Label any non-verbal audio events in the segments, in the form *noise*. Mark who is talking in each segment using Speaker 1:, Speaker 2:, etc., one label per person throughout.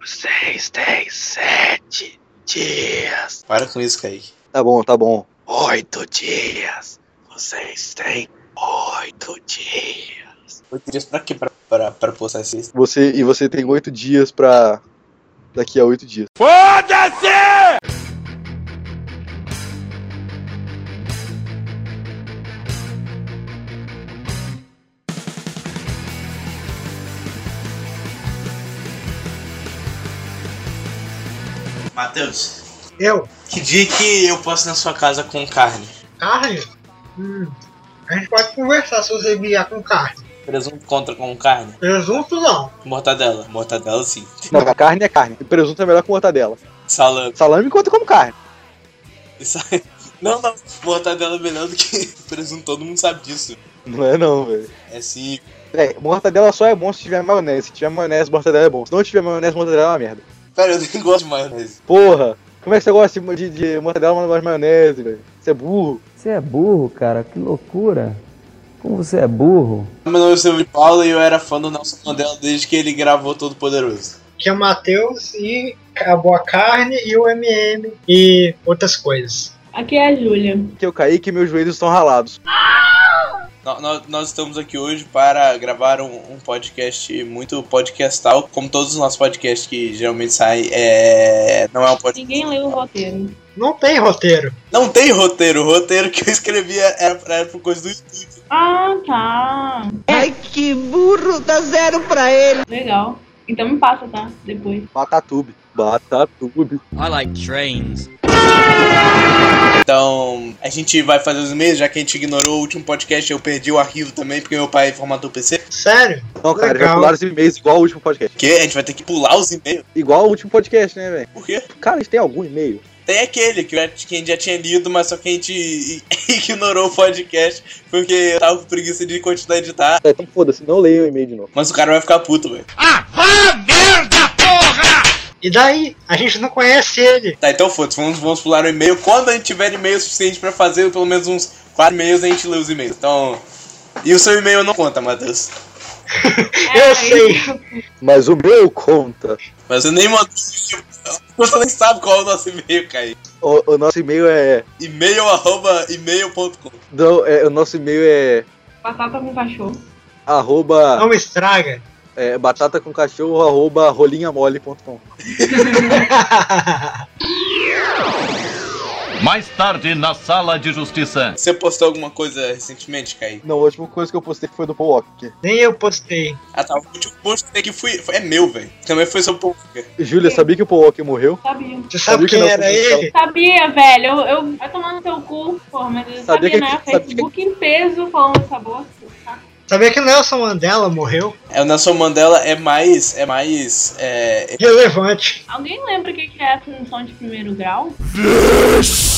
Speaker 1: vocês têm sete dias.
Speaker 2: Para com isso, Kaique.
Speaker 3: Tá bom, tá bom.
Speaker 1: Oito dias. Vocês têm oito dias.
Speaker 2: Oito dias pra quê? Pra, pra, pra postar esse texto?
Speaker 3: Você e você tem oito dias pra. Daqui a oito dias.
Speaker 2: Matheus,
Speaker 4: Eu,
Speaker 2: que dia que eu posso ir na sua casa com carne?
Speaker 4: carne? Hum, a gente pode conversar se você vier com carne.
Speaker 2: Presunto contra com carne?
Speaker 4: Presunto não.
Speaker 2: Mortadela. Mortadela, sim.
Speaker 3: Não, a carne é carne. O presunto é melhor que mortadela.
Speaker 2: Salame.
Speaker 3: Salame conta como carne.
Speaker 2: *laughs* Isso aí. Não, não. Mortadela é melhor do que *laughs* presunto. Todo mundo sabe disso.
Speaker 3: Não é não, velho.
Speaker 2: É sim.
Speaker 3: É, mortadela só é bom se tiver maionese. Se tiver maionese, mortadela é bom. Se não tiver maionese, mortadela é uma merda.
Speaker 2: Pera, eu nem *laughs* gosto de maionese.
Speaker 3: Porra! Como é que você gosta de, de, de mortadela, mas não gosta de maionese, velho? Você é burro.
Speaker 5: Você é burro, cara, que loucura. Como você é burro?
Speaker 2: Meu nome é Silvio de Paula e eu era fã do Nelson Mandela desde que ele gravou Todo Poderoso.
Speaker 4: Que é o Matheus e acabou a carne e o MM e outras coisas.
Speaker 6: Aqui é a Júlia.
Speaker 3: Que eu caí que meus joelhos estão ralados.
Speaker 2: No- no- Nós estamos aqui hoje para gravar um, um podcast muito podcastal, como todos os nossos podcasts que geralmente saem, é... não é um podcast.
Speaker 6: Ninguém leu o roteiro.
Speaker 4: Não tem roteiro.
Speaker 2: Não tem roteiro, o roteiro que eu escrevia era, pra- era por coisa do YouTube.
Speaker 6: Ah, tá.
Speaker 7: É. Ai, que burro, dá zero pra ele.
Speaker 6: Legal. Então me passa, tá? Depois.
Speaker 3: Batatube. Batatube.
Speaker 8: I like trains.
Speaker 2: Então, a gente vai fazer os e-mails, já que a gente ignorou o último podcast, eu perdi o arquivo também, porque meu pai é formatou o PC.
Speaker 4: Sério?
Speaker 3: Não, cara, já
Speaker 4: Legal.
Speaker 3: pularam os e-mails igual ao último podcast.
Speaker 2: Que a gente vai ter que pular os e-mails.
Speaker 3: Igual ao último podcast, né, velho?
Speaker 2: Por quê?
Speaker 3: Cara, a gente tem algum e-mail?
Speaker 2: Tem aquele que, eu já- que a gente já tinha lido, mas só que a gente *laughs* ignorou o podcast, porque eu tava com preguiça de continuar a editar.
Speaker 3: É, então foda-se, não leia o e-mail de novo.
Speaker 2: Mas o cara vai ficar puto, velho.
Speaker 4: E daí? A gente não conhece ele.
Speaker 2: Tá, então foda-se, vamos, vamos pular o e-mail. Quando a gente tiver e-mail suficiente pra fazer pelo menos uns quatro e-mails, a gente lê os e-mails. Então. E o seu e-mail não conta, Matheus.
Speaker 6: É,
Speaker 4: Eu sei.
Speaker 3: Mas o meu conta.
Speaker 2: Mas você nem mandou. *laughs* Você nem sabe qual é o nosso e-mail, Kai.
Speaker 3: O, o nosso e-mail é.
Speaker 2: E-mail arroba e-mail.com.
Speaker 3: Não, é, o nosso e-mail é.
Speaker 6: *laughs* Batata com cachorro.
Speaker 3: Arroba.
Speaker 4: Não me estraga.
Speaker 3: É, batata com cachorro, arroba rolinhamole.com.
Speaker 9: Mais tarde, na sala de justiça.
Speaker 2: Você postou alguma coisa recentemente, Kai?
Speaker 3: Não, a última coisa que eu postei foi do Paul Walker.
Speaker 4: Nem eu postei.
Speaker 2: Ah tá, o último post que fui. foi- É meu, velho. Também foi seu post.
Speaker 3: Júlia, sabia que o Paul Walker morreu?
Speaker 6: Sabia.
Speaker 3: Sabia
Speaker 4: Você sabe
Speaker 3: que
Speaker 4: quem
Speaker 3: não,
Speaker 4: era
Speaker 3: porque
Speaker 4: ele?
Speaker 6: Sabia, velho. Eu, eu vai tomar no seu cu, pô, mas eu
Speaker 3: Sabia
Speaker 6: sabia,
Speaker 3: que-
Speaker 6: né?
Speaker 3: sabia
Speaker 6: Facebook em peso falando essa bosta. tá?
Speaker 4: Sabia que o Nelson Mandela morreu?
Speaker 2: É, o Nelson Mandela é mais. É mais. É,
Speaker 4: Relevante.
Speaker 6: Alguém lembra o que que é a função de primeiro grau?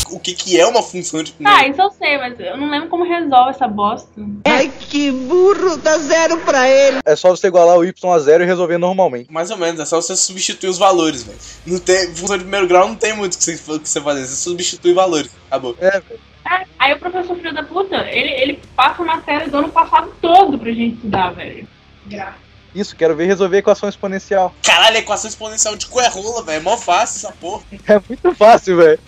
Speaker 2: o que, que é uma função de primeiro?
Speaker 6: Tá, isso eu sei, mas eu não lembro como resolve essa bosta.
Speaker 7: Ai, que burro, dá zero pra ele.
Speaker 3: É só você igualar o Y a zero e resolver normalmente.
Speaker 2: Mais ou menos, é só você substituir os valores, velho. Não tem. Função de primeiro grau não tem muito o que você, o que você fazer, você substitui valores. Acabou.
Speaker 3: É, velho.
Speaker 6: É, aí o professor filho da puta, ele, ele passa uma série do ano passado todo pra gente estudar, velho. Graças.
Speaker 3: isso, quero ver resolver a equação exponencial.
Speaker 2: Caralho, a equação exponencial de cu é rola, velho. É mó fácil essa porra.
Speaker 3: *laughs* É muito fácil, velho.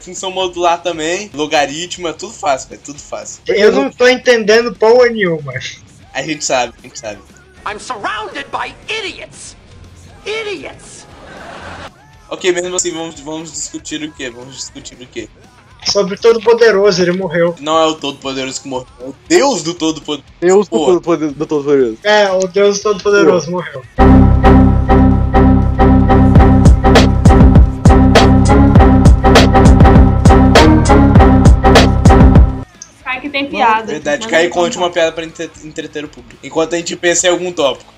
Speaker 2: Função modular também, logaritmo, é tudo fácil, velho. Tudo fácil.
Speaker 4: Eu não tô entendendo porra nenhuma.
Speaker 2: A gente sabe, a gente sabe.
Speaker 8: I'm surrounded by idiots. Idiots.
Speaker 2: Ok, mesmo assim, vamos, vamos discutir o quê? Vamos discutir o quê?
Speaker 4: Sobre todo poderoso, ele morreu.
Speaker 2: Não é o Todo-Poderoso que morreu, é o Deus do Todo-Poderoso.
Speaker 3: Deus do
Speaker 2: Pô.
Speaker 3: todo poder- do todo poderoso.
Speaker 4: É, o Deus todo poderoso morreu.
Speaker 6: Cai que tem piada.
Speaker 2: é Verdade,
Speaker 6: Mas é
Speaker 2: Caio
Speaker 6: não tem
Speaker 2: conte
Speaker 6: como.
Speaker 2: uma piada pra entre- entreter o público. Enquanto a gente pensa em algum tópico.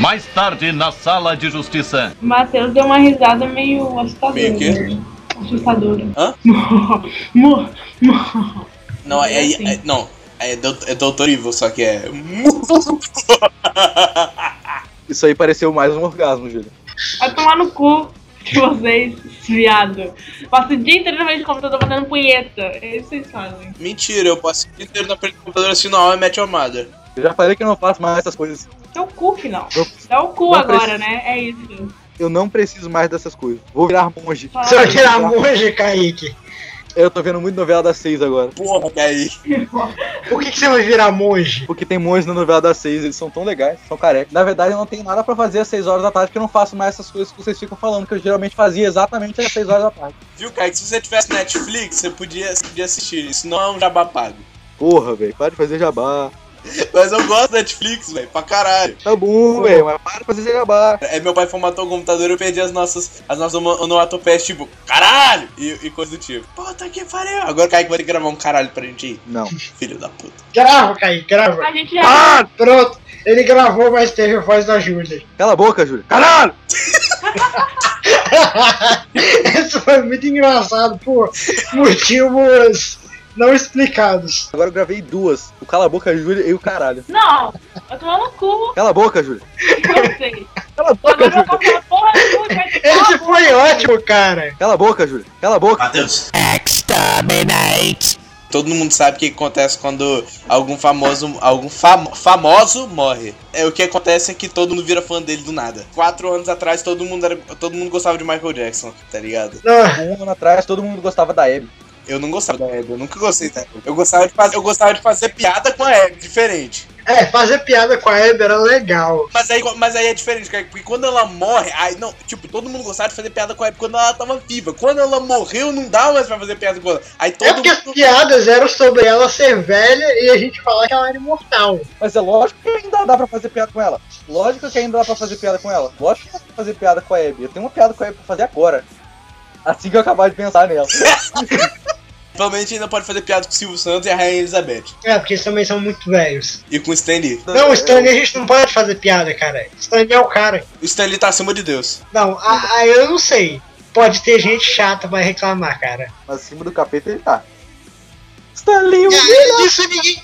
Speaker 9: Mais tarde, na sala de justiça.
Speaker 6: O Matheus deu uma risada meio assustadora.
Speaker 2: Meio quê?
Speaker 6: né? Assustadora.
Speaker 2: Hã?
Speaker 6: *laughs* Mor- mor-
Speaker 2: Não, é, é-
Speaker 6: Assim.
Speaker 2: é- não, é, Dou- é Doutor Evil, só que é. *laughs*
Speaker 3: Isso aí pareceu mais um orgasmo, Júlia.
Speaker 6: Vai tomar no cu de vocês, viado. Passo o dia inteiro na frente do computador batendo punheta. É isso que vocês fazem.
Speaker 2: assim, Mentira, eu passo o dia inteiro na frente do computador assistindo a How I Met Your é Mother.
Speaker 3: Eu já falei que eu não faço mais essas coisas.
Speaker 6: Seu É cu, final.
Speaker 3: Eu,
Speaker 6: Dá o cu
Speaker 3: Não
Speaker 6: agora,
Speaker 3: preciso.
Speaker 6: né? É isso.
Speaker 3: eu não preciso mais dessas coisas. Vou virar monge.
Speaker 6: Fala.
Speaker 4: Só que
Speaker 3: Ah,
Speaker 4: era monge, Kaique.
Speaker 3: Eu tô vendo muito novela das seis agora.
Speaker 2: Porra, Kaique.
Speaker 4: Por que, que você vai virar monge?
Speaker 3: Porque tem monges na novela das seis, eles são tão legais, são carecas. Na verdade, eu não tenho nada pra fazer às seis horas da tarde, porque eu não faço mais essas coisas que vocês ficam falando, que eu geralmente fazia exatamente às seis horas da tarde.
Speaker 2: Viu, Kaique? Se você tivesse Netflix, você podia, você podia assistir. Isso não é um jabá pago.
Speaker 3: Porra, velho, para de fazer jabá.
Speaker 2: Mas eu gosto da Netflix, velho, pra caralho.
Speaker 3: Tá bom, velho, mas para de fazer jabá.
Speaker 2: É, meu pai formatou o computador e eu perdi as nossas, as nossas ono- onomatopeias, tipo, caralho! E, e coisa do tipo. Puta que pariu! Agora o Kaique vai ter que gravar um caralho pra gente ir.
Speaker 3: Não.
Speaker 2: Filho da puta.
Speaker 4: Grava, Kaique, grava.
Speaker 6: A gente já.
Speaker 4: Ah, pronto. Ele gravou, mas teve a voz da Júlia. *laughs*
Speaker 3: Cala a boca, Júlio. Caralho!
Speaker 4: Isso foi muito engraçado por motivos não explicados.
Speaker 3: Agora eu gravei duas. O cala a boca, Júlio, e o caralho.
Speaker 6: Não! Eu tô no cu
Speaker 3: Cala a boca, Júlio.
Speaker 6: de vocês.
Speaker 3: Cala a boca,
Speaker 6: Agora eu
Speaker 3: Júlio.
Speaker 6: vou falar porra nenhuma, vai ter que
Speaker 4: Esse
Speaker 6: falar
Speaker 4: foi ótimo, cara.
Speaker 3: Cala a boca, Júlio. Cala a boca.
Speaker 2: Matheus. Todo mundo sabe o que acontece quando algum famoso, algum fam- famoso morre. É o que acontece é que todo mundo vira fã dele do nada. Quatro anos atrás todo mundo era, todo mundo gostava de Michael Jackson, tá ligado?
Speaker 4: Não,
Speaker 3: Um ano atrás, todo mundo gostava da Abby.
Speaker 2: Eu não gostava da Hebe, eu nunca gostei da Hebe. Eu gostava de fazer, eu gostava de fazer piada com a Hebe, diferente.
Speaker 4: é, fazer piada com a Hebe era legal.
Speaker 2: Mas aí, mas aí é diferente, cara, porque quando ela morre, aí não, tipo, todo mundo gostava de fazer piada com a Hebe quando ela tava viva. Quando ela morreu, não dá mais pra fazer piada com ela. Aí todo
Speaker 4: É porque as
Speaker 2: mundo-
Speaker 4: piadas eram sobre ela ser velha e a gente falar que ela era imortal.
Speaker 3: Mas é lógico que ainda dá pra fazer piada com ela. Lógico que ainda dá pra fazer piada com ela. Lógico que dá pra fazer piada com a Abby. Eu tenho uma piada com a Abby pra fazer agora. Assim que eu acabar de pensar nela.
Speaker 2: Provavelmente ainda pode fazer piada com o Silvio Santos e a Rainha Elizabeth.
Speaker 4: É, porque eles também são muito velhos.
Speaker 2: E com o Stan Lee.
Speaker 3: É,
Speaker 4: Não, o Stanley a gente não pode fazer piada, cara. Stanley é o cara.
Speaker 2: O Stan Lee tá acima de Deus.
Speaker 4: Não, a, a- eu não sei. Pode ter gente chata pra reclamar, cara.
Speaker 3: Mas acima do capeta ele tá. Stanley,
Speaker 4: Isso ninguém.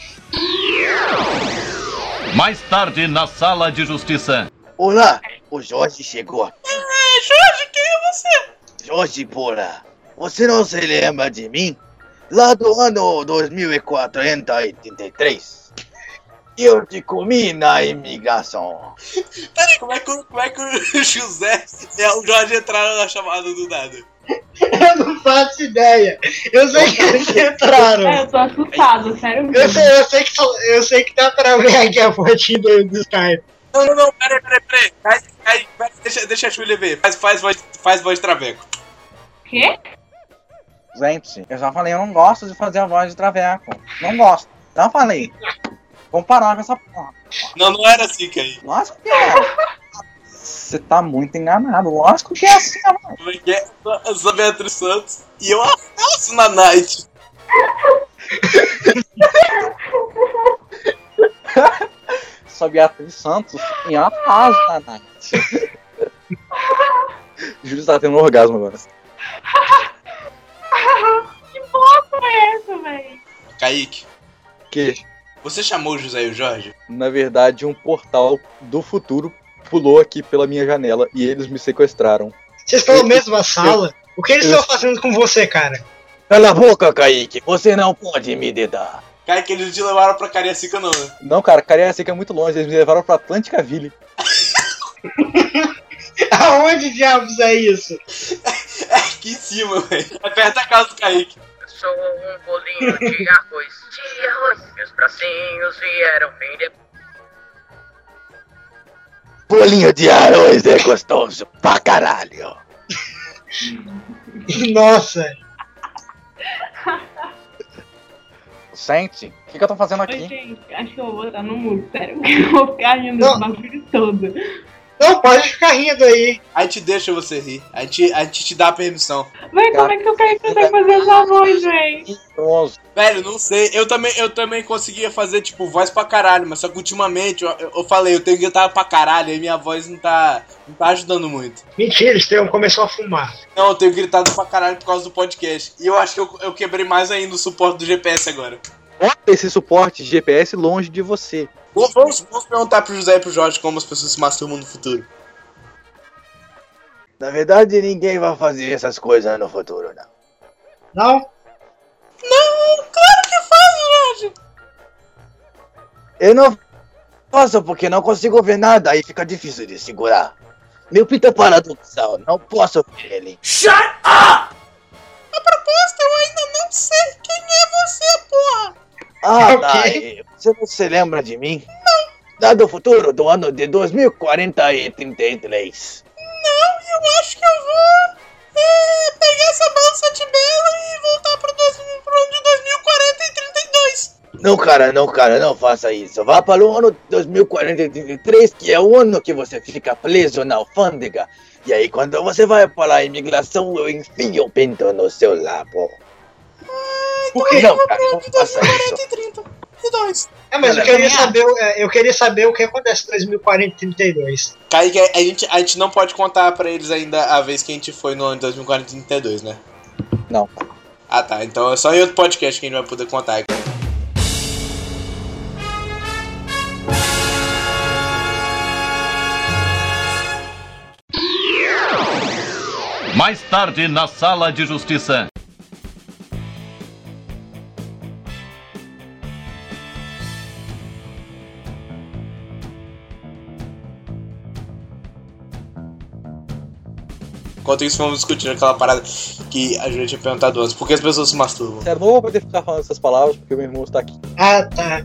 Speaker 9: Mais tarde na sala de justiça.
Speaker 1: Olá, o Jorge chegou. É, Jorge, quem é você? Jorge Bora, você não se lembra de mim? Lá do ano 2483, eu te comi na imigração.
Speaker 2: Peraí, como é que, o- como é que o *laughs* José e o Jorge entraram na chamada do nada?
Speaker 4: *laughs* Eu não faço ideia. Eu sei que eles
Speaker 6: É,
Speaker 4: entraram.
Speaker 6: eu tô assustado, sério
Speaker 4: Eu
Speaker 6: mesmo.
Speaker 4: sei, eu sei que, só- eu sei que dá pra ver aqui a fotinha do, do Skype.
Speaker 2: Não, não, não, peraí, peraí, peraí. Faz- faz- faz- deixa, deixa a Júlia ver. Faz, faz, voz, faz voz de traveco.
Speaker 6: Quê?
Speaker 3: Gente, eu já falei, eu não gosto de fazer a voz de traveco. Não gosto. Já falei. Vamos parar com essa porra.
Speaker 2: Não, não era assim, Kaique.
Speaker 3: Lógico que é. Você tá muito enganado. Lógico que é assim, mano.
Speaker 2: Como é que é? Eu sou Beatriz Santos e eu afasto na night.
Speaker 3: Sou Beatriz Santos em a paz da night. Júlio tá tendo um orgasmo agora.
Speaker 6: que bosta é essa, velho?
Speaker 2: Kaique,
Speaker 3: Que,
Speaker 2: você chamou o José e o Jorge?
Speaker 3: na verdade, um portal do futuro pulou aqui pela minha janela e eles me sequestraram.
Speaker 4: Vocês estão na mesma sala? O que eles
Speaker 3: eu-
Speaker 4: estão fazendo com você, cara?
Speaker 1: Cala a boca, Kaique, você não pode me dedar.
Speaker 2: Kaique, eles te levaram pra Cariacica, não, né?
Speaker 3: Não, cara, Cariacica é muito longe. Eles me levaram pra Atlântica Ville.
Speaker 4: *laughs* Aonde diabos é isso?
Speaker 2: É aqui em cima, velho. É perto da casa do Kaique.
Speaker 10: Sou um bolinho de arroz, de arroz. Meus bracinhos vieram bem depois.
Speaker 1: Bolinho de arroz é gostoso pra caralho.
Speaker 4: Nossa,
Speaker 3: Gente, o que, que eu tô fazendo
Speaker 6: Oi,
Speaker 3: aqui?
Speaker 6: gente, acho que eu vou botar no muro, sério. Porque eu vou ficar rindo
Speaker 4: Não.
Speaker 6: do bagulho todo.
Speaker 4: não pode ficar rindo aí.
Speaker 2: A gente deixa você rir. A gente, a gente te dá a permissão.
Speaker 6: Véi, como é que o Kaique consegue fazer essa voz, véi?
Speaker 3: Nossa,
Speaker 2: Velho, não sei. Eu também, eu também conseguia fazer, tipo, voz pra caralho, mas só que ultimamente eu, eu- eu falei, eu tenho que gritar pra caralho, aí minha voz não tá, não tá ajudando muito.
Speaker 4: Mentira, eles têm- começou a fumar.
Speaker 2: Não, eu tenho gritado pra caralho por causa do podcast. E eu acho que eu, eu quebrei mais ainda o suporte do GPS agora.
Speaker 3: Bota esse suporte de GPS longe de você.
Speaker 2: Vou- Vamos, vamos perguntar pro José e pro Jorge como as pessoas se masturbam no futuro.
Speaker 1: Na verdade, ninguém vai fazer essas coisas no futuro, não.
Speaker 4: Não?
Speaker 1: Eu não Posso porque não consigo ver nada, aí fica difícil de segurar. Meu pinto é paradoxal, não posso ver ele.
Speaker 8: Shut up! A proposta eu ainda não sei quem é você, porra!
Speaker 1: Ah,
Speaker 8: Ok.
Speaker 1: tá. e Você não se lembra de mim? Não. Lá do futuro, do ano de 2043.
Speaker 8: Não, eu acho que eu vou é, pegar essa balança de bela e voltar pro, dois, pro ano de 2040 e 32.
Speaker 1: Não, cara, não, cara, não faça isso. Vá para o ano 2043, que é o ano que você fica preso na alfândega. E aí, quando você vai para a imigração, eu enfio o pinto no seu lábio. Por que não, cara? Não faça isso.
Speaker 4: É, mas eu
Speaker 2: Olha,
Speaker 4: queria,
Speaker 2: também acho.
Speaker 4: saber, o- é, eu queria saber o que acontece em 2040 e 32.
Speaker 2: Kaique, a gente, a gente não pode contar pra eles ainda a vez que a gente foi no ano de 2042, né?
Speaker 1: Não.
Speaker 2: Ah tá, então é só em outro podcast que a gente vai poder contar.
Speaker 9: Mais tarde na Sala de Justiça.
Speaker 2: Enquanto isso, vamos discutir aquela parada que a gente tinha perguntado antes. Por que as pessoas se masturbam?
Speaker 3: Sério, não vou poder ficar falando essas palavras porque meu irmão está aqui.
Speaker 4: Ah, tá.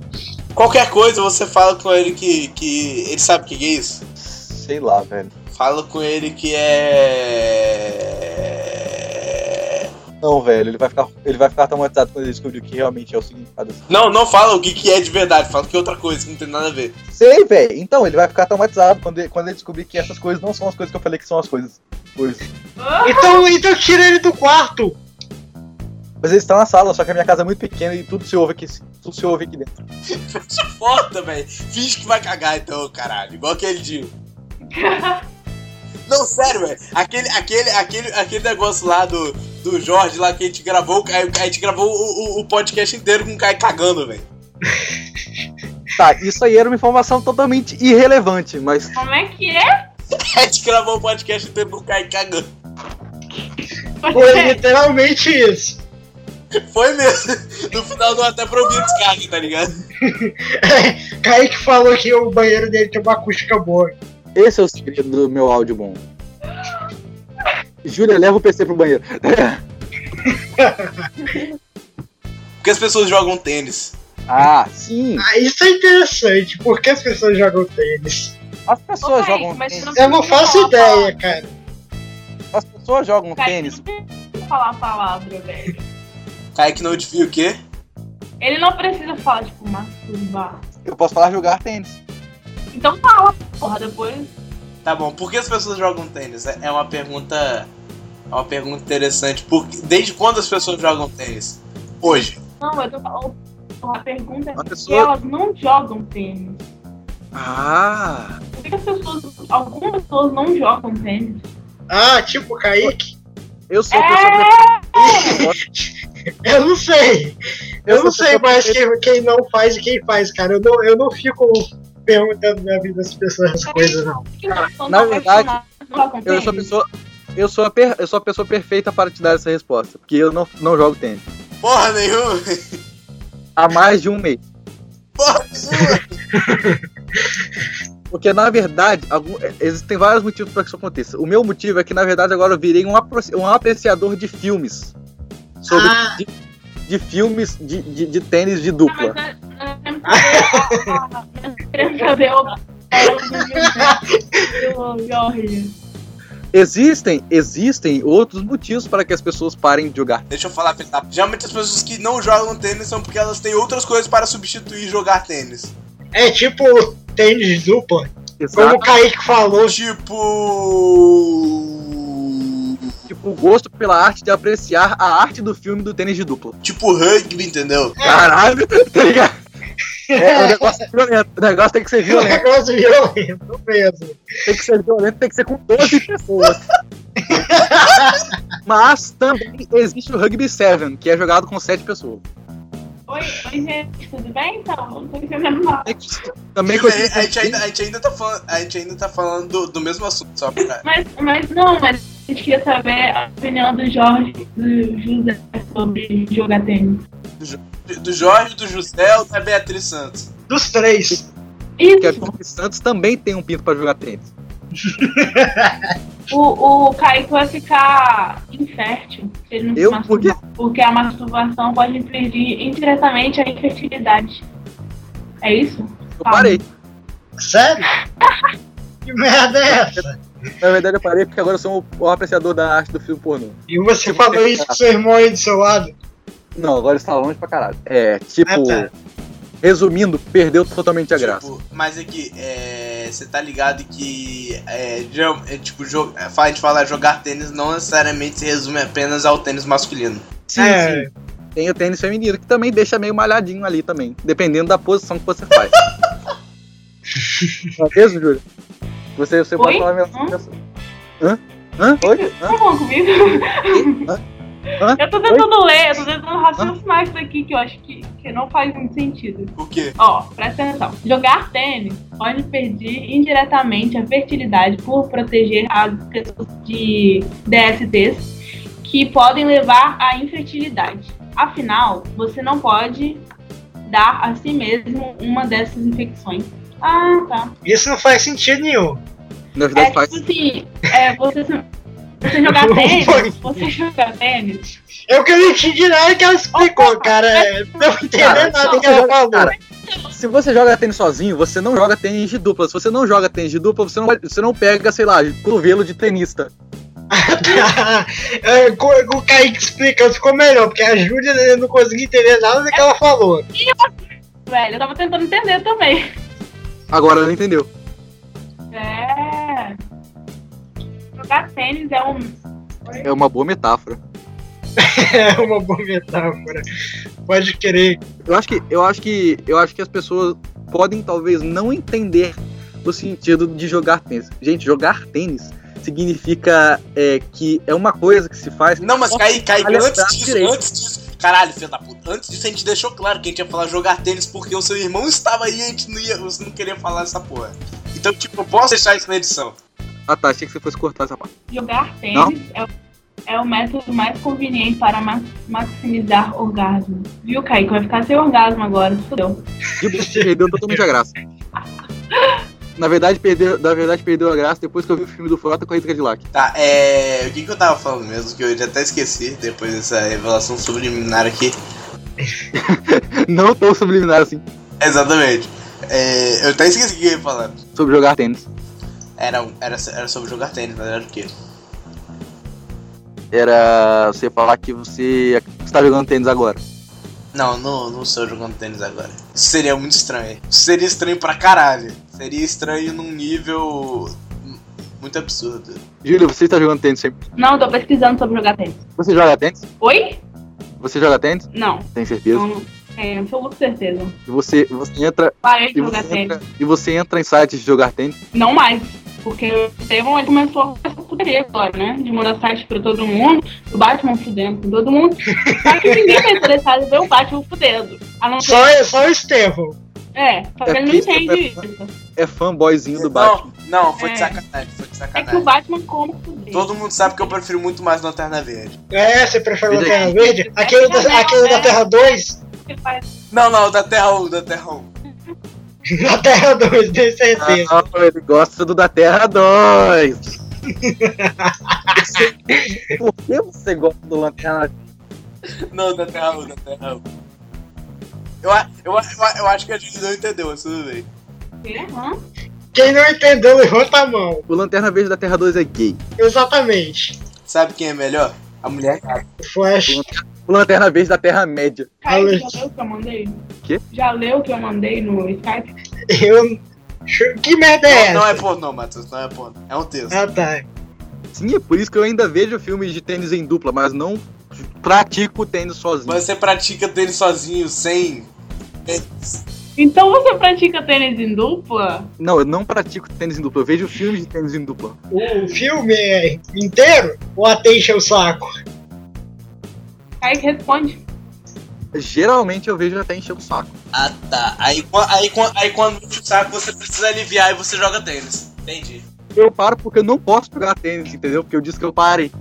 Speaker 2: Qualquer coisa, você fala com ele que, que ele sabe o que que é isso.
Speaker 3: Sei lá, velho.
Speaker 2: Fala com ele que é...
Speaker 3: Não, velho, ele vai ficar, ele vai ficar traumatizado quando ele descobrir o que realmente é o significado. desse-
Speaker 2: Não, não fala o que, que é de verdade, fala que é outra coisa, que não tem nada a ver.
Speaker 3: Sei, velho. Então, ele vai ficar traumatizado quando ele, quando ele descobrir que essas coisas não são as coisas que eu falei que são as coisas. coisas.
Speaker 4: Então, então tira ele do quarto.
Speaker 3: Mas eles estão na sala, só que a minha casa é muito pequena e tudo se ouve aqui, tudo se ouve aqui dentro.
Speaker 2: Foda, velho. Finge que vai cagar então, caralho. Igual aquele dia. Não, sério, velho. Aquele, aquele, aquele, aquele negócio lá do, do Jorge lá que a gente gravou. A, a gente gravou o, o- o podcast inteiro com o Kai cagando, velho. *laughs*
Speaker 3: Tá, isso aí era uma informação totalmente irrelevante, mas
Speaker 6: Como é que é?
Speaker 2: A gente gravou o podcast inteiro com o Kai cagando.
Speaker 4: *laughs* Foi literalmente isso. *laughs*
Speaker 2: Foi mesmo. *laughs* No final não até pra ouvir descarga, tá ligado?
Speaker 4: Kaique falou que o banheiro dele tem uma acústica boa.
Speaker 3: esse é o segredo do meu áudio bom. Júlia, leva o PC pro banheiro.
Speaker 2: Porque as pessoas jogam tênis.
Speaker 3: ah, sim.
Speaker 4: Ah, isso é interessante. Por que as pessoas jogam tênis?
Speaker 3: As pessoas
Speaker 6: Ô, Kaique,
Speaker 3: jogam
Speaker 6: mas
Speaker 3: tênis.
Speaker 6: você
Speaker 4: Eu não
Speaker 6: precisa
Speaker 4: faço
Speaker 6: falar a
Speaker 4: ideia, cara.
Speaker 3: As pessoas jogam
Speaker 6: palavra.
Speaker 3: tênis.
Speaker 6: Kaique, não precisa falar a palavra, velho.
Speaker 2: Kaique notifica o quê?
Speaker 6: Ele não precisa falar, tipo, masturbar.
Speaker 3: Eu posso falar jogar tênis.
Speaker 6: Então fala, porra, depois.
Speaker 2: Tá bom, por que as pessoas jogam tênis? É é uma pergunta. É uma pergunta interessante. Por, que- desde quando as pessoas jogam tênis? Hoje.
Speaker 6: Não, eu tô falando. A pergunta é
Speaker 3: Uma
Speaker 6: por que
Speaker 3: pessoa-
Speaker 6: elas não jogam tênis.
Speaker 3: Ah.
Speaker 6: Por que que as pessoas. Algumas pessoas não jogam tênis?
Speaker 4: Ah, tipo Kaique?
Speaker 3: Eu sou a pessoa
Speaker 6: É,
Speaker 4: Eu não sei. Eu não
Speaker 3: sou a
Speaker 4: sei
Speaker 3: pessoa
Speaker 4: mais quem, quem não faz e quem faz, cara. Eu não, eu não fico perguntando na vida das pessoas as coisas, não.
Speaker 6: que não são
Speaker 3: na verdade,
Speaker 6: apaixonadas, não jogam
Speaker 3: Eu sou a
Speaker 6: tênis?
Speaker 3: pessoa. Eu sou a, per- eu sou a pessoa perfeita para te dar essa resposta. Porque eu não, não jogo tênis.
Speaker 2: Porra nenhuma!
Speaker 3: Há mais de um mês.
Speaker 2: Porra nenhuma!
Speaker 3: Porque, na verdade, algum- é, existem vários motivos para que isso aconteça. O meu motivo é que, na verdade, agora eu virei um, apro- um apreciador de filmes. Sobre,
Speaker 4: Ah.
Speaker 3: de, de filmes de, de, de tênis de
Speaker 6: Ah, mas
Speaker 3: dupla.
Speaker 6: nós- nós queremos saber a- a- nós queremos saber o- o- o- o- Jorge.
Speaker 3: Existem, existem outros motivos para que as pessoas parem de jogar.
Speaker 2: Deixa eu falar, pensar. Geralmente as pessoas que não jogam tênis são porque elas têm outras coisas para substituir jogar tênis.
Speaker 4: É tipo tênis dupla. Como o
Speaker 3: Exato.
Speaker 4: Kaique falou,
Speaker 2: Tipo.
Speaker 3: Tipo, o gosto pela arte de apreciar a arte do filme do tênis de dupla.
Speaker 2: Tipo rugby, entendeu?
Speaker 3: Caralho, tá ligado? É, o negócio é violento. O negócio tem que ser
Speaker 4: o
Speaker 3: violento.
Speaker 4: negócio violento mesmo.
Speaker 3: Tem que ser violento, tem que ser com 12 *laughs* pessoas. Mas também existe o Rugby 7, que é jogado com 7 pessoas.
Speaker 6: Oi, oi, gente, tudo bem? Então, não tô entendendo nada.
Speaker 3: Também
Speaker 2: Tipo, a, gente
Speaker 3: continua-
Speaker 2: ainda, a gente ainda tá falando, a gente ainda tá falando do, do mesmo assunto, só pra.
Speaker 6: *laughs* Mas, mas não, mas a gente queria saber a opinião do Jorge e do José sobre jogar tênis.
Speaker 2: Do Jorge, do José ou da Beatriz Santos.
Speaker 4: Dos três.
Speaker 6: Isso.
Speaker 3: Que a Vivi Santos também tem um pinto pra jogar tênis.
Speaker 6: O, o Kaique vai ficar infértil se ele não
Speaker 3: Eu?
Speaker 6: se masturbar. Porque a masturbação pode impedir indiretamente a infertilidade. É isso?
Speaker 3: Eu parei.
Speaker 4: Sério? que merda é essa?
Speaker 3: Na verdade, eu parei porque agora eu sou o, o apreciador da arte do filme pornô.
Speaker 4: E você falou isso pro seu irmão aí do seu lado?
Speaker 3: Não, agora está longe pra caralho. É, tipo.
Speaker 4: Ah,
Speaker 3: Resumindo, perdeu totalmente a graça.
Speaker 2: Tipo, mas é que é, você tá ligado que é, geral- é, tipo, jo- é, fa- a gente fala jogar tênis não necessariamente se resume apenas ao tênis masculino.
Speaker 3: Sim,
Speaker 4: é,
Speaker 3: sim. Tem o tênis feminino, que também deixa meio malhadinho ali também, dependendo da posição que você faz. não é mesmo, Júlio? Você, você
Speaker 6: Oi?
Speaker 3: pode falar mesmo. assim. Hã? Hã? Oi? Hã?
Speaker 6: Tá bom comigo? *laughs*
Speaker 3: Hã?
Speaker 6: Eu tô tentando ler, eu tô tentando raciocinar isso daqui que eu acho que, que não faz muito sentido.
Speaker 2: O quê?
Speaker 6: Ó, presta atenção. Jogar tênis pode impedir indiretamente a fertilidade por proteger as pessoas de DSTs que podem levar à infertilidade. Afinal, você não pode dar a si mesmo uma dessas infecções. Ah, tá.
Speaker 4: Isso não faz sentido nenhum.
Speaker 3: Na
Speaker 6: É
Speaker 3: verdade,
Speaker 6: tipo
Speaker 3: faz.
Speaker 6: assim, é, você, você jogar tênis, você jogar tênis,
Speaker 4: Eu queria entender nada que ela explicou, cara. É, Não entendi
Speaker 3: Cara, um
Speaker 4: nada
Speaker 3: não,
Speaker 4: que ela
Speaker 3: joga-
Speaker 4: falou.
Speaker 3: cara, Se você joga tênis sozinho, você não joga tênis de dupla. Se você não joga tênis de dupla, você não, você não pega, sei lá, cotovelo de tenista.
Speaker 4: *laughs* É, co- o Kaique explicando ficou melhor, porque a Júlia né, não conseguia entender nada do que ela falou. *laughs*
Speaker 6: velho. Eu tava tentando entender também.
Speaker 3: Agora não entendeu.
Speaker 6: É. Jogar tênis é um.
Speaker 3: É uma boa metáfora.
Speaker 4: É uma boa metáfora. Pode querer.
Speaker 3: Eu acho que eu acho que eu acho que as pessoas podem talvez não entender o sentido de jogar tênis. Gente, jogar tênis significa é, que é uma coisa que se faz.
Speaker 2: Não, mas Kaique, Kaique,
Speaker 3: Olha,
Speaker 2: antes
Speaker 3: tá
Speaker 2: disso,
Speaker 3: direito.
Speaker 2: antes disso. Caralho, filho da puta. Antes disso a gente deixou claro que a gente ia falar jogar tênis porque o seu irmão estava aí e a gente não ia. Você não queria falar essa porra. Então, tipo, eu posso deixar isso na edição.
Speaker 3: Ah tá, achei que você fosse cortar essa parte.
Speaker 6: Jogar tênis é, o- é o método mais conveniente para ma- maximizar orgasmo. Viu, Kaique? Vai ficar sem orgasmo agora. Fudeu.
Speaker 3: De boa, perdeu totalmente
Speaker 2: *laughs*
Speaker 3: a graça. Na verdade, perdeu, na verdade, perdeu a graça depois que eu vi o filme do Frota com a Rita Cadillac.
Speaker 2: Tá, é. O que, que eu tava falando mesmo? Que eu já até esqueci depois dessa revelação subliminar aqui.
Speaker 3: Não tão subliminar assim
Speaker 2: Exatamente. É, eu até esqueci o que eu ia falar.
Speaker 3: sobre jogar tênis.
Speaker 2: Era, um, era, era sobre jogar tênis, mas era o quê?
Speaker 3: Era você falar que você está jogando tênis agora.
Speaker 2: Não, não, não sou jogando tênis agora. Isso seria muito estranho. Isso seria estranho pra caralho. Seria estranho num nível mu- muito absurdo.
Speaker 3: Júlio, você está jogando tênis sempre.
Speaker 6: Não, eu tô pesquisando sobre jogar tênis.
Speaker 3: Você joga tênis?
Speaker 6: Oi?
Speaker 3: Você joga tênis?
Speaker 6: Não.
Speaker 3: Tem certeza?
Speaker 6: Não, é, absoluta certeza.
Speaker 3: E você, você entra.
Speaker 6: Parei de
Speaker 3: E
Speaker 6: jogar
Speaker 3: você,
Speaker 6: tênis.
Speaker 3: entra, e você entra em sites de jogar tênis.
Speaker 6: Não mais. Porque teve um começou a putaria agora, né? De mandar site pra todo mundo, o Batman fudendo com
Speaker 3: *laughs*
Speaker 6: todo mundo. Só que ninguém tá interessado em ver o Batman fudendo. A não ser.
Speaker 4: Só, só o Estevão.
Speaker 6: É, só que
Speaker 3: É
Speaker 6: ele não
Speaker 3: pista,
Speaker 6: entende
Speaker 3: tá-
Speaker 6: isso.
Speaker 3: É fanboyzinho do Batman.
Speaker 2: não, não, foi de
Speaker 6: É.
Speaker 2: sacanagem, foi de
Speaker 6: É que o
Speaker 2: sacanagem.
Speaker 6: Batman come fuder.
Speaker 2: Todo mundo sabe que eu prefiro muito mais Lanterna Verde.
Speaker 4: É, você prefere o
Speaker 3: Veja
Speaker 4: Terra Verde? Aquele da, aquele da Terra 2?
Speaker 6: Ele faz-
Speaker 2: Não, não, da Terra 1, da Terra 1.
Speaker 4: Da Terra 2, tenho certeza.
Speaker 3: Ah, não, ele gosta do da Terra 2. Você- *laughs* Por que você gosta do Lanterna?
Speaker 2: Não, da Terra 1, da Terra 1. Eu, a- eu, a- eu, a- eu acho que a gente não entendeu, mas tudo bem.
Speaker 6: É, hã?
Speaker 2: Ah.
Speaker 4: Quem não entendeu, levanta a mão.
Speaker 3: O Lanterna Verde da Terra 2 é gay.
Speaker 4: Exatamente.
Speaker 2: Sabe quem é melhor? A mulher
Speaker 4: Flash.
Speaker 3: O Lanterna Verde da Terra Média.
Speaker 6: Caio, já
Speaker 4: Alex.
Speaker 6: leu o que eu mandei?
Speaker 3: Quê?
Speaker 6: Já leu o que eu mandei no Skype?
Speaker 4: Eu. Que merda é
Speaker 2: Não, não
Speaker 4: essa?
Speaker 2: é pornô, Matheus, não é pornô. É um texto.
Speaker 4: Ah, tá.
Speaker 3: Sim, é por isso que eu ainda vejo filmes de tênis em dupla, mas não pratico tênis sozinho.
Speaker 2: Mas Você pratica tênis sozinho, sem.
Speaker 6: Então você pratica tênis em dupla?
Speaker 3: Não, eu não pratico tênis em dupla. Eu vejo filmes de tênis em dupla.
Speaker 4: O filme é inteiro ou até encher o saco?
Speaker 6: Kaique responde.
Speaker 3: Geralmente eu vejo até encher o saco.
Speaker 2: Ah tá. Aí, qua- aí, qua- aí quando você sabe você precisa aliviar e você joga tênis. Entendi.
Speaker 3: Eu paro porque eu não posso jogar tênis, entendeu? Porque eu disse que eu parei.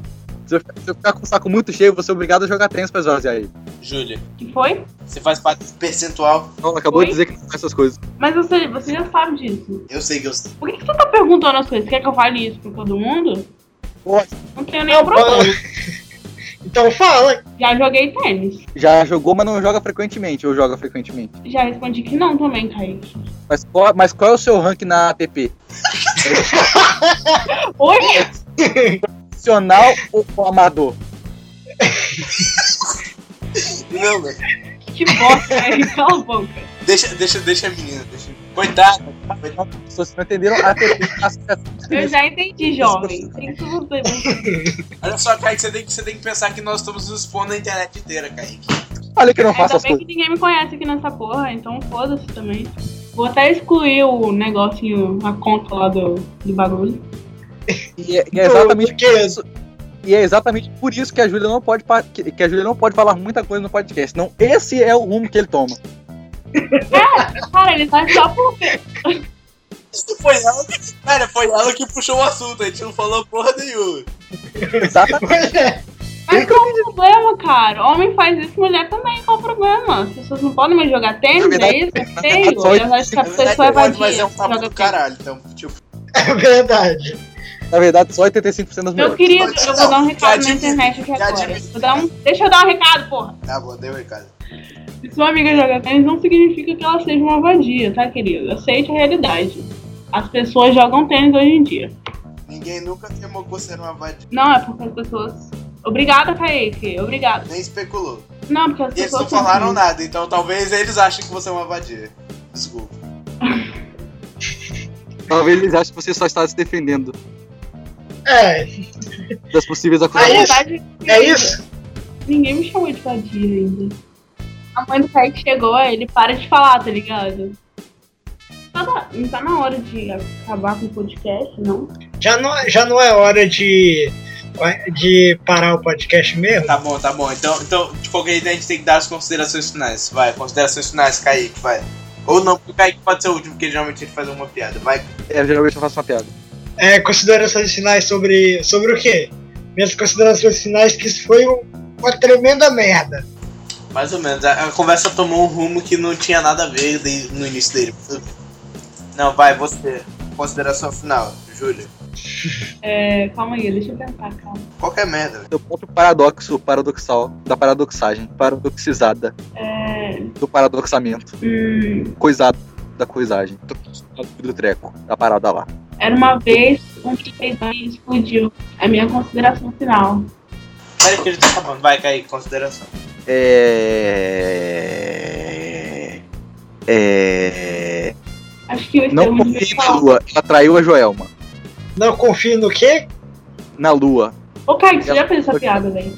Speaker 3: Se eu, se eu ficar com o saco muito cheio, eu vou ser obrigado a jogar tênis pra esvaziar ele.
Speaker 2: Júlia,
Speaker 6: Que foi?
Speaker 2: você faz parte do percentual.
Speaker 3: Não, ela Então, acabou
Speaker 6: Oi?
Speaker 3: de dizer que não faz essas coisas.
Speaker 6: Mas você, você já sabe disso.
Speaker 2: Eu sei que eu sei.
Speaker 6: Por que, que você tá perguntando as coisas? Quer que eu fale isso pra todo mundo?
Speaker 3: Pode.
Speaker 6: Não tenho nenhum problema.
Speaker 4: Então fala.
Speaker 6: Já joguei tênis.
Speaker 3: Já jogou, mas não joga frequentemente, ou joga frequentemente.
Speaker 6: Já respondi que não também, Kaique.
Speaker 3: Mas qual, mas qual é o seu rank na ATP?
Speaker 6: Oi?
Speaker 3: Profissional *laughs* ou amador?
Speaker 2: Não, velho.
Speaker 6: Que bosta, Kaique. *laughs* Cala a boca.
Speaker 2: Deixa, deixa, deixa a menina. Deixa. Coitada. coitada.
Speaker 3: Vocês Então, não entenderam? ATP é a Associação de
Speaker 6: Eu
Speaker 3: Tenis.
Speaker 6: já entendi, jovem. Tem que você
Speaker 2: Olha só, Kaique, você tem, que, você tem que pensar que nós estamos nos expondo na internet inteira, Kaique.
Speaker 3: Olha que eu não faço
Speaker 6: Ainda
Speaker 3: as
Speaker 6: bem
Speaker 3: coisas.
Speaker 6: que ninguém me conhece aqui nessa porra, então foda-se também. Vou até excluir o negocinho, a conta lá do, do bagulho.
Speaker 3: E é, e é exatamente
Speaker 4: Por quê?
Speaker 3: por isso. E é exatamente por isso que a Júlia não pode pa- que, que a Júlia não pode falar muita coisa no podcast. Não, esse é o rumo que ele toma.
Speaker 6: Cara, ele faz só por quê?
Speaker 2: Foi ela que. Cara, foi ela que puxou o assunto, a gente não falou porra nenhuma.
Speaker 3: Exatamente.
Speaker 4: Pois é.
Speaker 6: Mas qual o problema, cara? Homem faz isso, mulher também. Qual o problema? As pessoas não podem mais jogar tênis,
Speaker 3: Na verdade,
Speaker 6: é isso? É
Speaker 3: na
Speaker 6: feio.
Speaker 3: verdade, só
Speaker 6: Elas acham que a
Speaker 2: Na
Speaker 6: pessoa
Speaker 2: verdade,
Speaker 6: é
Speaker 2: pode,
Speaker 6: vadia.
Speaker 2: mas é um tabu
Speaker 6: joga
Speaker 2: do
Speaker 6: tênis.
Speaker 2: caralho. Então, tipo,
Speaker 4: É verdade.
Speaker 3: Na verdade, só 85% das
Speaker 6: Meu
Speaker 3: mulheres.
Speaker 6: querido, eu vou dar um
Speaker 2: Não,
Speaker 6: recado na
Speaker 2: já
Speaker 6: internet aqui
Speaker 2: já
Speaker 6: agora.
Speaker 2: admito.
Speaker 6: Vou dar um... Deixa eu dar um recado, porra.
Speaker 2: tá bom, deu recado.
Speaker 6: Se sua amiga joga tênis, não significa que ela seja uma vadia, tá, querido? Aceite a realidade. As pessoas jogam tênis hoje em dia.
Speaker 2: Ninguém nunca temou que você era uma vadia,
Speaker 6: Não, é porque as pessoas. Obrigada, Kaique. Obrigada.
Speaker 2: nem especulou.
Speaker 6: Não, porque as
Speaker 2: E eles
Speaker 6: pessoas.
Speaker 2: não falaram nada, então talvez eles achem que você é uma vadia. Desculpa.
Speaker 3: Talvez eles achem que você só está se defendendo
Speaker 4: É,
Speaker 3: das possíveis
Speaker 6: Na
Speaker 4: É
Speaker 3: acusações.
Speaker 4: isso.
Speaker 6: verdade,
Speaker 4: é isso.
Speaker 6: ninguém me chamou de vadia ainda. A mãe do Kaique chegou, aí ele para de falar, tá ligado? Tá na- Não tá na hora de acabar com o podcast, não?
Speaker 4: Já não, já não é hora de, de parar o podcast mesmo?
Speaker 2: Tá bom, tá bom. Então, então de qualquer jeito, a gente tem que dar as considerações finais. Vai, considerações finais, Kaique, vai. Ou não, porque o Kaique pode ser o último, porque geralmente ele faz alguma piada. Vai,
Speaker 3: É, geralmente eu faço uma piada.
Speaker 4: É, considerações finais sobre. sobre o quê? Minhas considerações finais que isso foi um- uma tremenda merda.
Speaker 2: mais ou menos. A, a conversa tomou um rumo que não tinha nada a ver de- no início dele. Não, vai, você. Consideração final, Júlia.
Speaker 6: É, calma aí, deixa eu pensar, calma.
Speaker 2: Qualquer merda. velho.
Speaker 3: Do próprio paradoxo paradoxal, da paradoxagem, paradoxizada,
Speaker 6: É.
Speaker 3: do paradoxamento,
Speaker 6: Hum,
Speaker 3: coisado da coisagem, do treco, da parada lá.
Speaker 6: era uma vez um titã explodiu. É a minha consideração final.
Speaker 2: Peraí que a gente tá acabando. Vai, Kaique, consideração.
Speaker 3: É. É.
Speaker 6: Acho que o
Speaker 3: Não
Speaker 6: Estevam
Speaker 3: confie
Speaker 6: devia
Speaker 3: na
Speaker 6: falar.
Speaker 3: lua. Ela traiu a Joelma.
Speaker 4: Não confio no quê?
Speaker 3: Na lua.
Speaker 6: Ô, Kaique, você
Speaker 3: Ela-
Speaker 6: já fez essa piada, velho?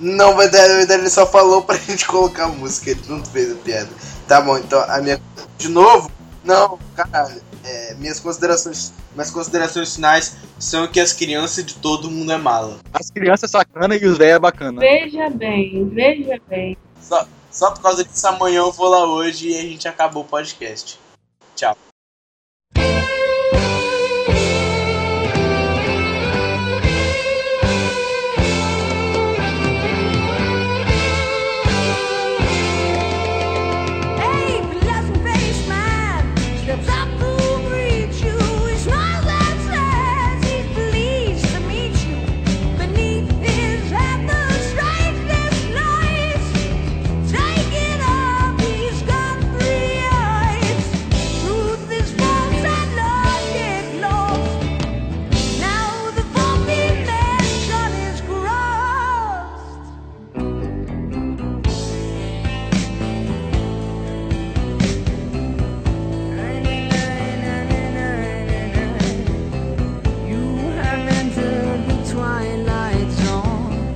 Speaker 2: Não, mas na verdade ele só falou pra *laughs* gente colocar a música, ele não fez a piada. Tá bom, então a minha. De novo? Não, caralho. É, minhas considerações. Minhas considerações finais são que as crianças de todo mundo é mala.
Speaker 3: As crianças sacanas e os velhos é bacana.
Speaker 6: Veja bem, veja bem.
Speaker 2: Só, só por causa disso amanhã eu vou lá hoje e a gente acabou o podcast.
Speaker 11: Now the fourth dimension is crossed. You have entered the twilight zone.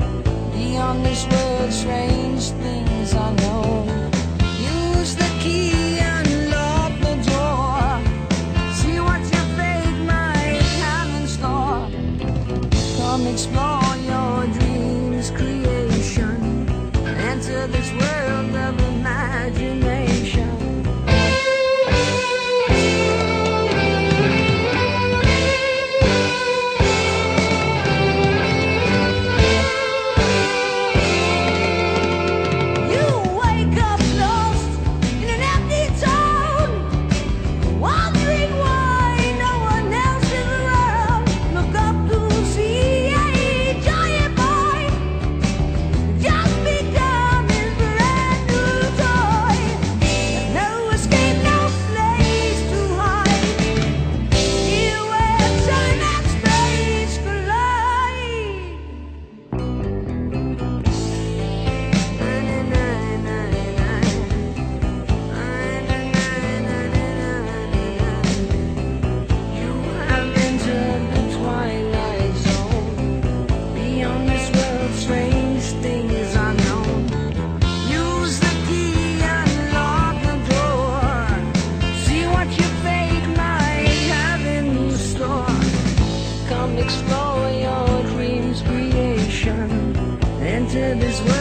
Speaker 11: Beyond this world, strange things are known. Use the key, unlock the door. See what your fate might have in store. Come explore your dreams, creation. Enter this world of imagination. Thank you. explore your dreams, creation. Enter this world.